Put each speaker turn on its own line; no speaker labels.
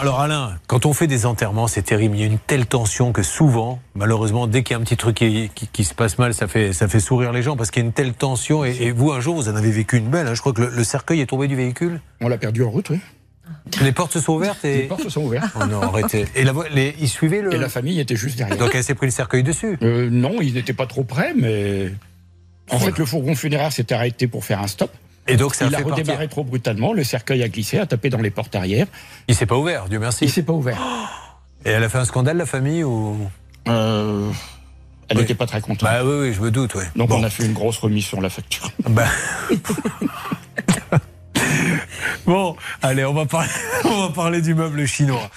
alors Alain, quand on fait des enterrements, c'est terrible. Il y a une telle tension que souvent, malheureusement, dès qu'il y a un petit truc qui, qui- qui se passe mal, ça fait, ça fait sourire les gens parce qu'il y a une telle tension. Et, et vous, un jour, vous en avez vécu une belle. hein. Je crois que le, le cercueil est tombé du véhicule.
On l'a perdu en route, oui.
Les portes se sont ouvertes et.
Les portes se sont ouvertes.
Oh non, arrêtez. Et la, voie- les, ils suivaient le.
Et la famille était juste derrière.
Donc elle s'est pris le cercueil dessus.
Euh, non, ils n'étaient pas trop près, mais. En fait, le fourgon funéraire s'est arrêté pour faire un stop.
Et donc ça
il a
fait
redémarré
partir.
trop brutalement, le cercueil a glissé, a tapé dans les portes arrière.
Il s'est pas ouvert, Dieu
Il
merci.
s'est pas ouvert.
Et elle a fait un scandale, la famille ou
Euh, elle
Oui.
n'était pas très contente.
Bah oui, oui, je me doute, oui.
Donc on a fait une grosse remise sur la facture.
Bah. bon, allez, on va parler, on va parler du meuble chinois.